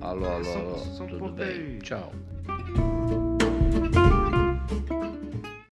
Alô, alô, Só- alô. só um Tudo pouco bem? aí. Tchau.